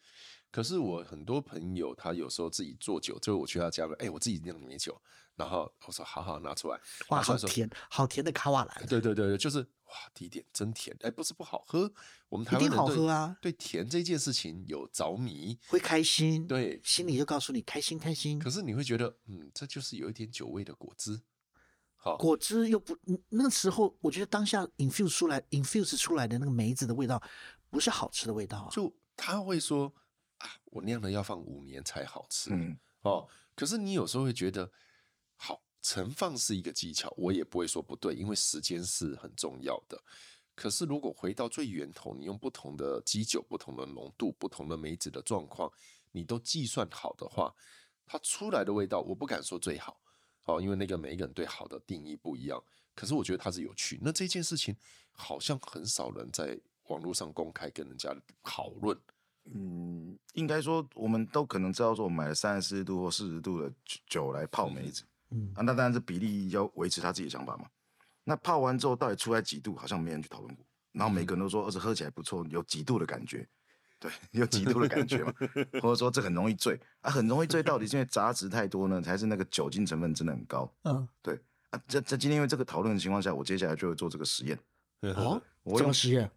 可是我
嗯
很多朋友，他有时候自己做酒，就是我去他家了，哎、我自己酿米酒，然后我说好好拿出来，
哇，
拿出
好
来说，
甜，好甜的卡瓦兰，
对对对对，就是哇，第一点真甜，哎、不是不好喝，我们台
一
湾
定
人
好
对
喝啊
对甜这件事情有着迷，
会开心。
对，
心里就告诉你开心开心。
可是你会觉得，嗯，这就是有一点酒味的果汁，好，
果汁又不，嗯那时候我觉得当下 infuse 出来，infuse 出来的那个梅子的味道，不是好吃的味道啊。
就他会说啊，我酿的要放五年才好吃，
嗯，
哦，可是你有时候会觉得，好，盛放是一个技巧，我也不会说不对，因为时间是很重要的。可是如果回到最源头，你用不同的基酒、不同的浓度、不同的梅子的状况，你都计算好的话，它出来的味道，我不敢说最好，哦，因为那个每一个人对好的定义不一样。可是我觉得它是有趣。那这件事情好像很少人在网络上公开跟人家讨论。
嗯，应该说我们都可能知道，说我们买了三十四度或四十度的酒酒来泡梅子，
嗯，
啊，那当然是比例要维持他自己的想法嘛。那泡完之后到底出来几度，好像没人去讨论过。然后每个人都说，而且喝起来不错，有几度的感觉，对，有几度的感觉嘛，或者说这很容易醉啊，很容易醉，到底是因为杂质太多呢，还是那个酒精成分真的很高
嗯，
啊？这这今天因为这个讨论的情况下，我接下来就会做这个实验，
哦，怎
我
么
用
实验？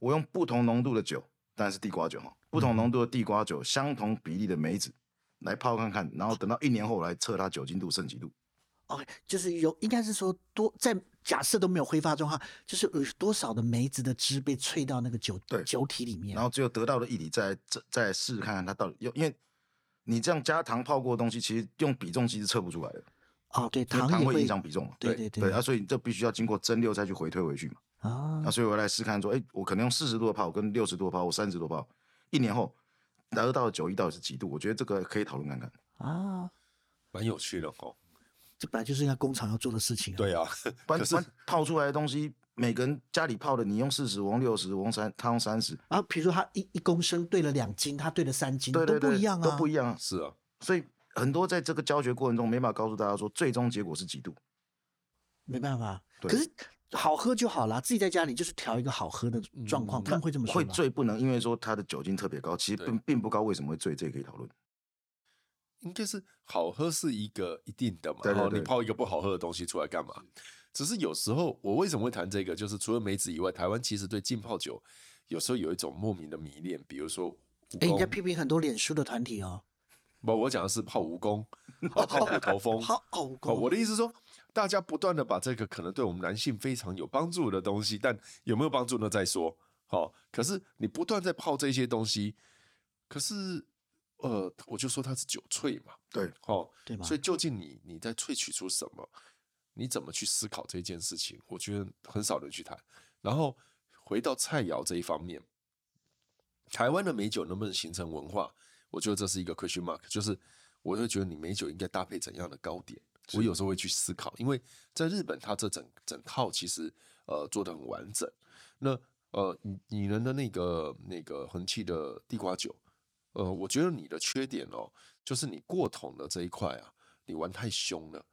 我用不同浓度的酒，当然是地瓜酒哈，不同浓度的地瓜酒，相同比例的梅子来泡看看，然后等到一年后来测它酒精度剩几度。
OK，就是哦有，应该是说多在假设都没有挥发状况，就是有多少的梅子的汁被萃到那个酒
对
酒体里面，
然后只有得到的液体再再再试试看看它到底有，因为你这样加糖泡过的东西，其实用比重其实测不出来的，
哦，对，
因为
也
糖
会
会影响比重嘛。
对
对
对
啊，所以这必须要经过蒸馏再去回推回去嘛。
啊
那，所以我来试看说，哎，我可能用四十度的泡跟六十度的泡，我三十度的泡，一年后得到的酒液到底是几度？我觉得这个可以讨论看看。
啊，
蛮有趣的哦。
这本来就是应该工厂要做的事情啊。
对啊，
不
可
然不
是
然泡出来的东西每个人家里泡的，你用四十，我用六十，我用三，他用三十，
然后啊比如说他一一公升兑了两斤，他兑了三斤，
对对
都
对，
不一样啊，
都不一样啊。
是啊，
所以很多在这个教学过程中，没办法告诉大家说最终结果是几度。
没办法。
对
可是好喝就好啦，自己在家里就是调一个好喝的状况，
嗯
他们会这么说
会
吗？
醉不能因为说它的酒精特别高，其实
对
并并不高，为什么会醉，这也可以
[LAUGHS]
讨论。
应该是好喝是一个一定的嘛，
对对
然后你
对
泡一个不好喝的东西出来干嘛？只是有时候我为什么会谈这个，就是除了梅子以外，台湾其实对浸泡酒有时候有一种莫名的迷恋，比如说蜈
哎，你
蚣，
在批评很多脸书的团体哦，
不，我讲的是泡蜈
[LAUGHS]
蚣、泡虎头蜂。
好偶
哦，
过。
我的意思是说，大家不断的把这个可能对我们男性非常有帮助的东西，但有没有帮助呢？再说。好、可是你不断在泡这些东西，可是呃，我就说它是酒萃嘛，
对，
好、
对吗
所以究竟你你在萃取出什么？你怎么去思考这件事情？我觉得很少人去谈。然后回到菜肴这一方面，台湾的美酒能不能形成文化？我觉得这是一个 question mark，就是我会觉得你美酒应该搭配怎样的糕点。我有时候会去思考，因为在日本，它这整整套其实呃做的很完整。那呃，你你人的那个那个恒气的地瓜酒，呃，我觉得你的缺点哦，就是你过桶的这一块啊，你玩太凶了。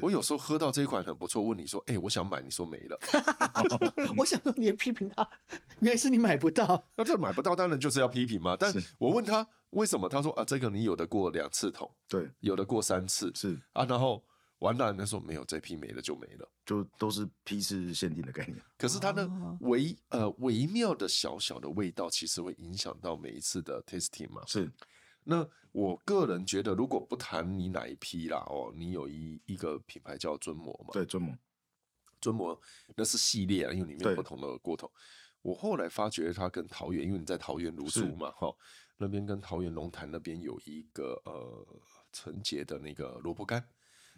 我有时候喝到这一款很不错，问你说，哎、我想买，你说没了，
[LAUGHS] 我想说你也批评他，原来是你买不到。
那这买不到，当然就是要批评嘛。但
是
我问他为什么，他说啊，这个你有的过两次桶，
对，
有的过三次
是
啊，然后完了，他说没有，这批没了就没了。
就都是批次限定的概念。
可是它的
哦
微呃微妙的小小的味道，其实会影响到每一次的 tasting 嘛。
是
那我个人觉得，如果不谈你哪一批啦，哦，你有一一个品牌叫尊魔嘛，
对，尊猛
尊魔那是系列啊，因为里面有
对
不同的锅头。我后来发觉它跟桃园，因为你在桃园如
是
书嘛，哈，那边跟桃园龙潭那边有一个呃陈杰的那个萝卜干，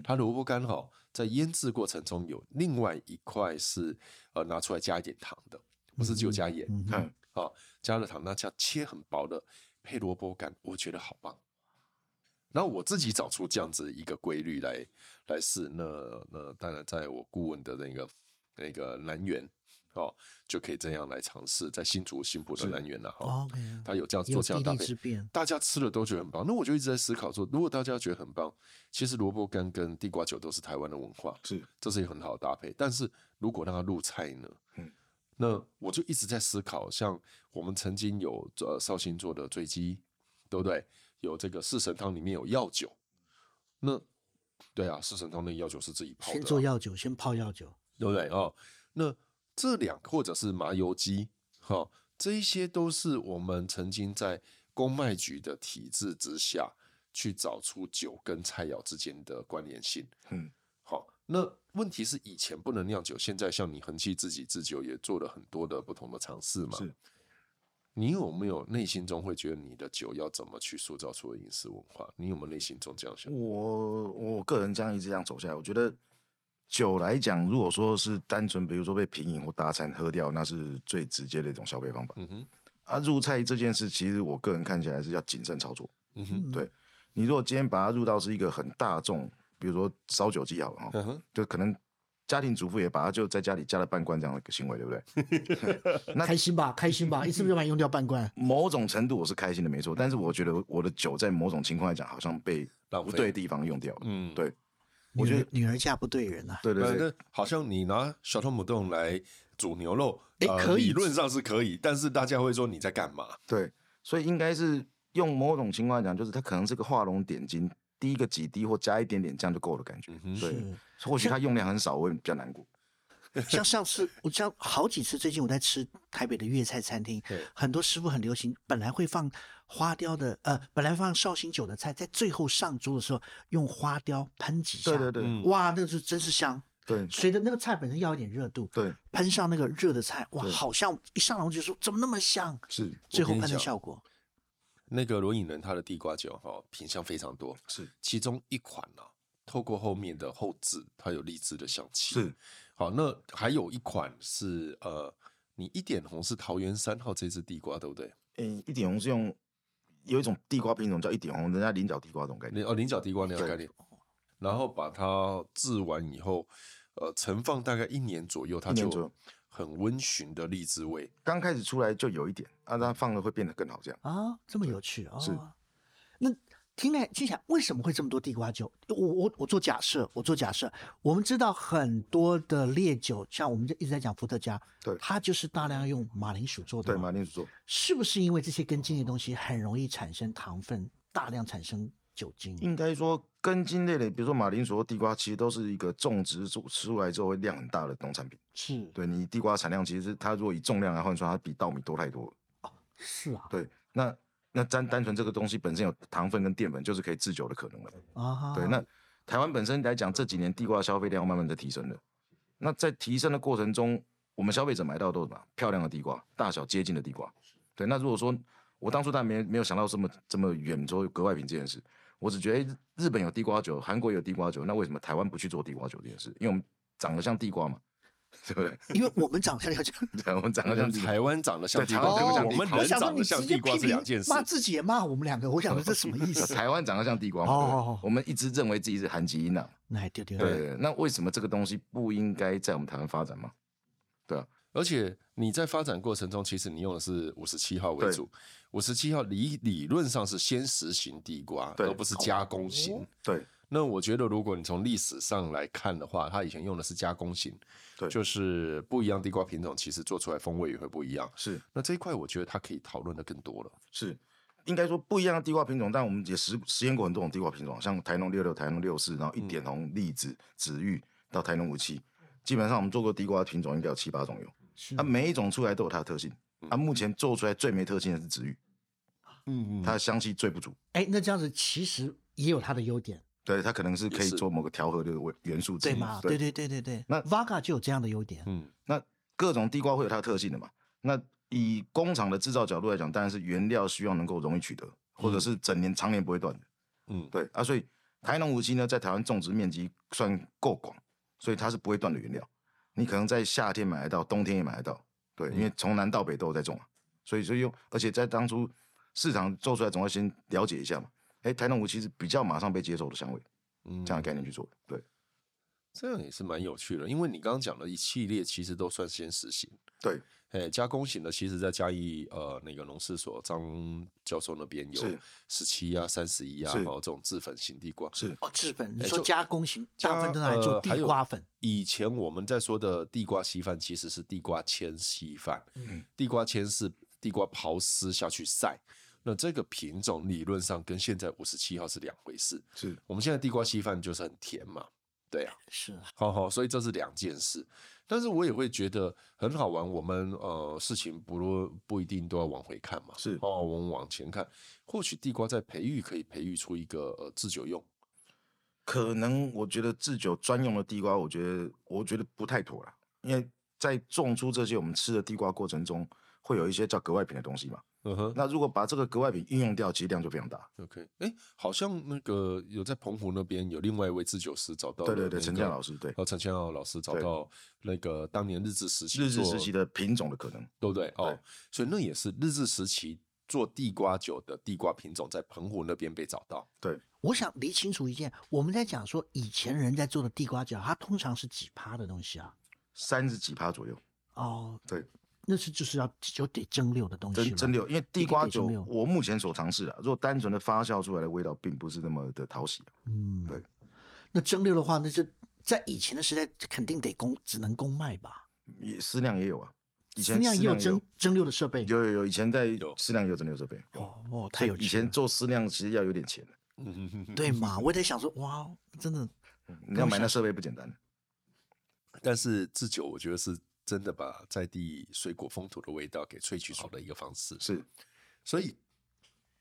它萝卜干哈在腌制过程中有另外一块是呃拿出来加一点糖的，不是只有加盐，
嗯哼
嗯，
啊，加了糖，那加切很薄的配萝卜干，我觉得好棒。然后我自己找出这样子一个规律来来试，那那当然在我顾问的那个那个南园哦，就可以这样来尝试，在新竹新浦的
是
南园了哈，
，OK，啊
他有这样
哦有
做这
地
样搭
利
配
之，便。
大家吃了都觉得很棒。那我就一直在思考说，如果大家觉得很棒，其实萝卜干跟地瓜酒都是台湾的文化，
是
这是一个很好的搭配。但是如果让它入菜呢？
嗯
那我就一直在思考，像我们曾经有呃绍兴做的醉鸡，对不对？有这个四神汤里面有药酒，那对啊，四神汤那个药酒是自己泡的、
先
啊，
做药酒，先泡药酒。
对不对哦？那这两或者是麻油鸡，哈、这一些都是我们曾经在公卖局的体制之下去找出酒跟菜肴之间的关联性。
嗯，
好，那问题是以前不能酿酒，现在像你恒气自己制酒也做了很多的不同的尝试嘛。
是，
你有没有内心中会觉得你的酒要怎么去塑造出饮食文化？你有没有内心中这样想？
哦我我个人这样一直这样走下来，我觉得酒来讲，如果说是单纯比如说被品饮或搭餐喝掉，那是最直接的一种消费方法。
嗯哼，
啊，入菜这件事，其实我个人看起来是要谨慎操作。
嗯哼，
对你如果今天把它入到是一个很大众，比如说烧酒鸡好了哈，
嗯哼，
就可能家庭主妇也把它就在家里加了半罐这样的一个行为，对不对？那
嗯开心吧，开心
嗯
吧，一次就把你用掉半罐。
某种程度我是开心的，没错。但是我觉得我的酒在某种情况来讲，好像被
浪
不
费
对地方用掉了。
嗯，呃
对
我
觉
觉得女儿嫁不对人啊。
对对
反
对，
正好像你拿小汤姆冻来煮牛肉，
诶
呃
可以
理论上是可以，但是大家会说你在干嘛？
对，所以应该是用某种情况来讲，就是它可能是个画龙点睛，滴一个几滴或加一点点酱就够了感觉。
嗯哼
对，或许它用量很少，我也比较难过。
像上次，我像好几次，最近我在吃台北的粤菜餐厅
对，
很多师傅很流行，本来会放花雕的，呃，本来放绍兴酒的菜，在最后上桌的时候用花雕喷几下，
对对对、
嗯
哇，那个是真是香。
对
随着那个菜本身要一点热度，
对，
喷上那个热的菜，哇，
对
好像一上来我就说怎么那么香，
是
最
跟
后
你
喷的
讲
效果，
那个罗影人他的地瓜酒哈、品相非常多，
是
其中一款呢、透过后面的后置，它有荔枝的香气。
是，
好，那还有一款是呃，你一点红是桃园三号这只地瓜，对不对？
嗯，一点红是用有一种地瓜品种叫一点红，人家菱角地瓜这种概念。
菱哦菱角地瓜那个
对
概念，然后把它制完以后，呃，存放大概一年左右，它
一年
就
左右
很温驯的荔枝味。
刚开始出来就有一点，啊，它放了会变得更好，这样。
啊，这么有趣哦。
是
那听来听起来，为什么会这么多地瓜酒？我我我做假设，我做假设，我们知道很多的烈酒，像我们一直在讲伏特加，
对
它就是大量用马铃薯做的。
对，马？铃薯做，
是不是因为这些根茎的东西很容易产生糖分，大量产生酒精？
嗯
应该说根茎类的，比如说马铃薯、或地瓜，其实都是一个种植出出来之后会量很大的农产品。
是
对你地瓜产量，其实它如果以重量来换算，它比稻米多太多了。
是啊，
对，那那单单纯这个东西本身有糖分跟淀粉，就是可以制酒的可能了。
啊，
对，那台湾本身来讲，这几年地瓜消费量慢慢的提升了。那在提升的过程中，我们消费者买到的都是什么？漂亮的地瓜，大小接近的地瓜。对，那如果说我当初当然没没有想到这么这么远，说格外品这件事，我只觉得诶日本有地瓜酒，韩国有地瓜酒，那为什么台湾不去做地瓜酒这件事？因为我们长得像地瓜嘛， [LAUGHS] 对不对？
因为我们长相
[LAUGHS]
要
对，我们长得
像
像地瓜。
台湾长得像
对
地
台湾
瓜，
长得像
我
地
们
瓜
我
人
想说
长
你
得
直
像
接
地瓜
批
是两件
评
事。
骂自己也骂我们两个，我想说这什么意
[LAUGHS]
思？
台湾长得像地瓜嘛，
哦
对不对
哦哦
我们一直认为自己是含基因呐、
那还丢丢
对对，对那为什么这个东西不应该在我们台湾发展吗？
而且你在发展过程中，其实你用的是五十七号为主，五十七号理理论上是先实行地瓜，
对
而不是加工型。
对，
那我觉得，如果你从历史上来看的话，它以前用的是加工型，
对
就是不一样地瓜品种，其实做出来风味也会不一样。
是
那这一块，我觉得它可以讨论的更多了。
是，应该说不一样的地瓜品种，但我们也实实验过很多种地瓜品种，像台农六六、台农六四，然后一点
嗯
红、栗子、紫玉到台农五七，基本上我们做过地瓜品种应该有七八种有，
是
嗯
啊
它、每一种出来都有它的特性。它、目前做出来最没特性的是紫玉，
嗯
它的香气最不足，
哎，那这样子其实也有它的优点，
对，它可能是可以
也是
做某个调和的味元素之
对
一。
吗？嗯对对对对对。
那
Vaga 就有这样的优点，
嗯，
那各种地瓜会有它的特性的嘛？那以工厂的制造角度来讲，当然是原料希望能够容易取得，或者是整年常年不会断的。
嗯
对啊，所以台农无锡呢，在台湾种植面积算够广，所以它是不会断的原料。你可能在夏天买得到，冬天也买得到，对，因为从南到北都有在种啊，所以所以又而且在当初市场做出来，总要先了解一下嘛。哎，台农无锡是比较马上被接受的香味，
嗯
这样的概念去做的，对
这样也是蛮有趣的，因为你刚刚讲的一系列其实都算先实行。
对
哎，加工型的其实在嘉义呃那个农事所张教授那边有
是
十七啊、三十一啊，
是
然后这种制粉型地瓜。
是
哦，制粉，你
哎
说
就
加工型，大部分都拿
加
来做
呃还
地
有
瓜粉，
以前我们在说的地瓜稀饭其实是地瓜签稀饭，
嗯
地瓜签是地瓜刨丝下去晒。那这个品种理论上跟现在五十七号是两回事。
是
我们现在地瓜稀饭就是很甜嘛，对啊，
是
好好，所以这是两件事。但是我也会觉得很好玩。我们呃，事情不论不一定都要往回看嘛，
是
哦，我们往前看，或许地瓜在培育可以培育出一个呃制酒用，
可能我觉得制酒专用的地瓜，我觉得我觉得不太妥了，因为在种出这些我们吃的地瓜过程中，会有一些叫格外品的东西嘛。
嗯哼
那如果把这个格外品运用掉，其实量就非常大。
，OK，哎，好像那个有在澎湖那边有另外一位制酒师找到了
对
那
对
个，
对，陈建老师对
呃，陈千耀老师找
对
到那个当年日治时期
日治
做
时期的品种的可能，
对不对？哦
对，
所以那也是日治时期做地瓜酒的地瓜品种在澎湖那边被找到，
我想理清楚一件，我们在讲说以前人在做的地瓜酒，它通常是几趴的东西啊？
三十几趴左右。
哦，
对，
那是就是要就得蒸馏的东西
真
嘛
真的有，因为
一
地
个
瓜
给
酒
蒸馏
我目前所尝试的，啊如果单纯的发酵出来的味道，并不是那么的讨喜。
嗯，
对。
那蒸馏的话，那就在以前的时代肯定得公只能公卖吧？
也适量也有啊，以
私
前
酿
适
也
量
有
也
蒸蒸馏的设备。
有有有，以前在
有
适量也有蒸馏设备。有
哦哦，太有
以
趣
前
了，
做适量其实要有点钱的，
嗯哼哼
对嘛？我也在想说，哇，真的
你要买那设备不简单。
但是制酒，我觉得是真的把在地水果风土的味道给萃取出的一个方式，
是
所以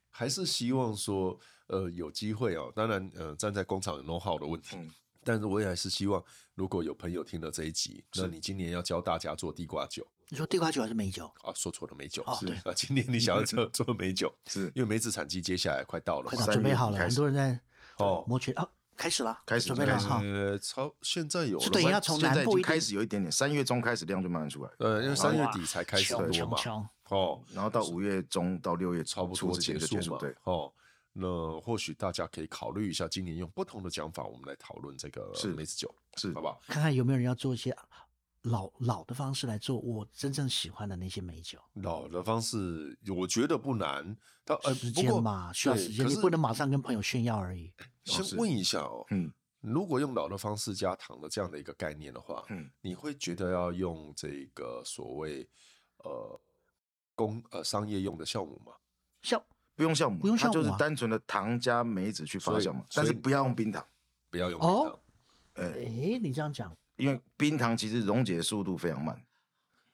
还是希望说，呃，有机会哦。当然，呃，站在工厂有 know how 的问题，
嗯
但是我也还是希望，如果有朋友听了这一集，那
是
你今年要教大家做地瓜酒
你说地瓜酒还是美酒？
啊，说错了美酒
哦对
啊，今年你想要做做美酒，
是
因为梅子产季接下来快到了
快
嘛
到，
三
准备
月
好
底
了，
开
很
始
多人在
哦，
摩拳啊，开始了，
开始
准备了
开始
哈。
呃，超现在有
是
了
等于
吗
要从
现
南
在已
部
经
一
开
点
始有一点点，三月中开始量就慢慢出来，
呃，因为三月
哇
底才开始
穷
多
穷
嘛，
穷
哦，
然后到五月中到六月
差不
初
多
之前
结
就
束
结束
嘛，。
对，
哦。那或许大家可以考虑一下，今年用不同的讲法，我们来讨论这个
是
梅子酒，
是
好不好？
看看有没有人要做一些老老的方式来做我真正喜欢的那些美酒。
老的方式，我觉得不难。但呃，
时
不
间
过
嘛，需要
对
时间，
可
你
是
不能马上跟朋友炫耀而已。
先
是
问一下哦，
嗯
如果用老的方式加糖的这样的一个概念的话，
嗯，
你会觉得要用这个所谓呃工呃商业用的酵母吗？
像
不用酵母，
不用
它
酵
就是
母啊
单纯的糖加梅子去发
所以
酵嘛，
所
但
以
是不要用冰糖，
不要用
哦
冰糖
哎、
诶，你这样讲，
因为冰糖其实溶解速度非常慢，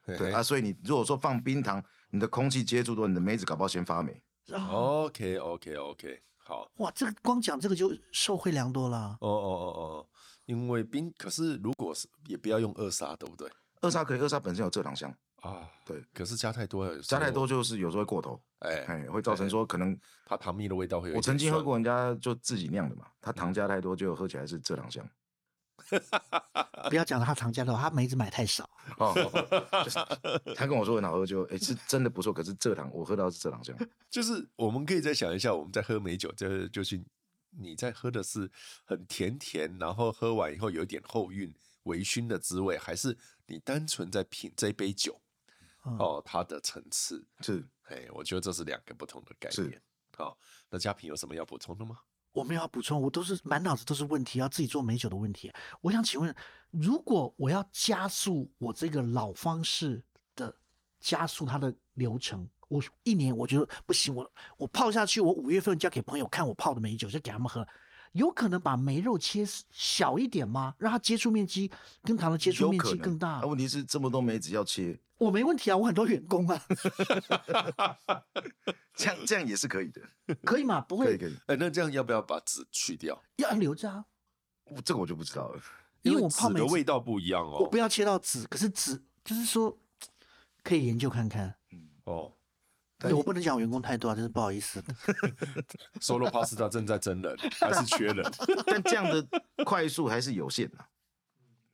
嘿
对
[LAUGHS] 嘿
啊，所以你如果说放冰糖，你的空气接触多，你的梅子搞不好先发霉。
哦，
OK OK OK，好，
哇，这个光讲这个就受惠良多了。
哦哦哦哦哦，因为冰可是如果是也不要用二砂，对不对？
二砂可以，二砂本身有蔗糖香，
啊，
对，
可是加太多了，有时
加太
候
多，就是有时候会过头，
哎，
哎，会造成说可能
它糖蜜的味道会有。
我曾经喝，过人家就自己酿的嘛，他糖加太多，就喝起来是蔗糖香。
不要讲他糖加的，他梅子买太少。
哦， [LAUGHS] 就是他跟我说很好喝，就哎、是真的不错，可是蔗糖我喝到是蔗糖香。
[LAUGHS] 就是我们可以再想一下，我们在喝美酒，这就是你在喝的是很甜甜，然后喝完以后有一点后韵、微醺的滋味，还是你单纯在品这杯酒
嗯、
哦它的层次？
是
哎，我觉得这是两个不同的概
是
念。好，那嘉平有什么要补充的吗？
我没有要补充，我都是满脑子都是问题，要自己做美酒的问题。我想请问，如果我要加速我这个老方式的加速它的流程，我一年我觉得不行，我我泡下去，我五月份交给朋友看我泡的美酒，就给他们喝。有可能把梅肉切小一点吗？让它接触面积跟糖的 [LAUGHS] 接触
有
面
可
积
能啊
更大
那、。问题是这么多梅子要切，
我没问题啊，我很多员工啊，
这样这样也是可以的，
可以吗？不
可以
会
可以。
哎，那这样要不要把籽去掉？
要留着啊，
我这个我就不知道了。
因为我泡
籽
梅
的
子
味道不一样
我
哦
不。要切到籽，可是籽就是说可以研究看看。
哦
但
对
[LAUGHS]
我不能讲员工太多啊，真是不好意思。
，Solo Pasta 正在真人，还是缺
[LAUGHS]
人？
但这样的快速还是有限的、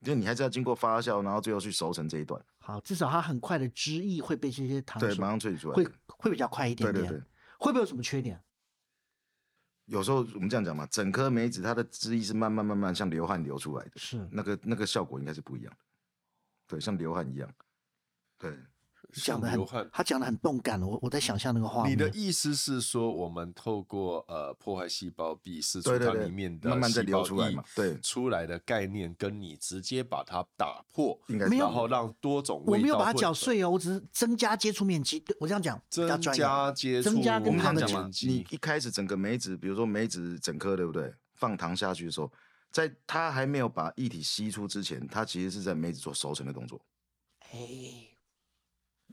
就你还是要经过发酵，然后最后去熟成这一段，
[LAUGHS] 好，至少它很快的汁液会被这些糖
对，
水
马上萃取出来。
会会比较快一点
对
点。
对对，
会不会有什么缺点？
有时候我们这样讲嘛，整颗梅子它的汁液是慢慢慢慢像流汗流出来的，
是
嗯
那个那个效果应该是不一样的，对，像流汗一样，对，
讲的
流
很
汗，。
他讲的很动感，我我在想象那个画面。
你的意思是说，我们透过呃破坏细胞壁释出
对对
它
对
里面的
慢慢再
细
流
胞
出来
液
嘛对
出来的概念，跟你直接把它打破，
应该是
没有
然后让多种
我
味道
没有把它
混
搅
合，
碎哦，我只是增加接触面积。对我这样讲比较
增
专业。
加接触，
增加跟
我们这
它
样
的
讲
糖
嘛
面，积
你一开始整个梅子，比如说梅子整颗，对不对？放糖下去的时候，在它还没有把液体吸出之前，它其实是在梅子做熟成的动作。
哎，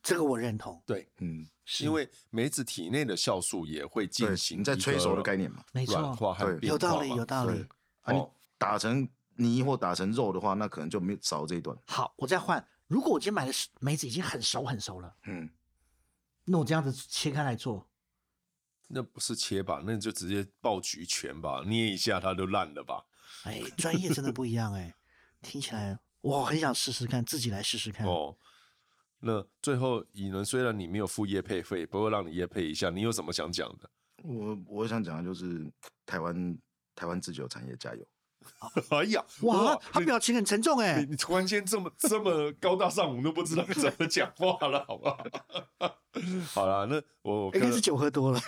这个我认同，
对，
嗯，
因为梅子体内的酵素也会进
对，
行
你在催熟的概念嘛。
没
软
错，
化和
对
变
有道
化
理，
嘛
有道理
对。啊，你
哦
打成泥或打成肉的话，那可能就没有少这一段。
好，我再换。如果我今天买的是梅子已经很熟很熟了，
嗯，
那我这样子切开来做，
那不是切吧？那就直接爆菊拳吧，捏一下它就烂了吧？
哎，专业真的不一样哎、听起来我很想试试看，自己来试试
嗯
看。
哦，那最后以能虽然你没有付业配费，不过让你业配一下，你有什么想讲的？ [LAUGHS]
我我想讲的就是台湾台湾制酒产业加油。
哎呀，
哇，他
你
表情很沉重哎、
你你突然间这么这么高大上，我们都不知道怎么讲话了，好不好？ [LAUGHS] 好了，那我
应
个
该哎是
人
酒喝多
[LAUGHS]
了。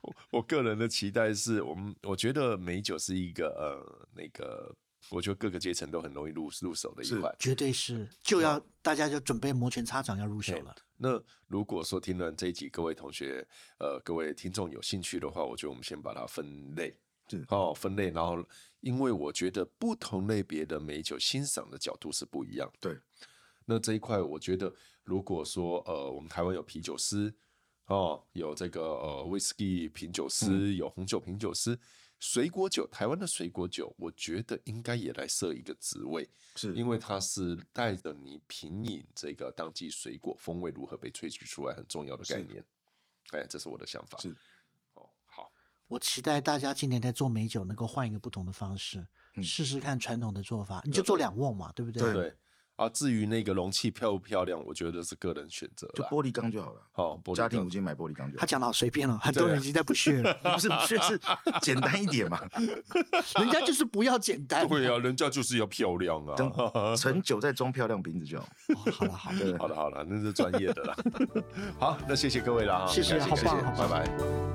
我我个人的期待是我们，我觉得美酒是一个呃那个，我觉得各个阶层都很容易入入手的一
是
块。
绝对是，就要大家就准备摩拳擦掌要入手
啊对
了。
那如果说听了这一集，各位同学、呃，各位听众有兴趣的话，我觉得我们先把它分类
是，
哦，分类。然后，因为我觉得不同类别的美酒欣赏的角度是不一样的。
对，
那这一块，我觉得如果说呃，我们台湾有啤酒师，哦，有这个呃威士忌品酒师，
嗯
有红酒品酒师，水果酒，台湾的水果酒，我觉得应该也来设一个职位。
是
因为它是带着你品饮这个当季水果风味如何被萃取出来很重要的概
是
念。哎，这是我的想法。
是
哦，好，
我期待大家今年在做美酒能够换一个不同的方式，
嗯
试试看传统的做法，你就
对啊
做两瓮嘛，对不对？
对啊，至于那个容器漂不漂亮，我觉得是个人选择
就
啦。
玻璃缸就好了。
好，玻璃
家庭
缸
五金买玻璃缸就好
他。讲的好随便了，哦很
啊
多人已经在不屑
[LAUGHS]
了，
[LAUGHS] 不是不是是简单一点嘛， [LAUGHS]
人家就是不要简单。
对啊，人家就是要漂亮啊。
等盛酒再装漂亮瓶子就好。
哦好了好了。[LAUGHS]
对
好了好了，那是专业的啦。好，那谢谢各位了啊，
谢谢
感
好
谢
棒
谢
好
拜
棒
拜。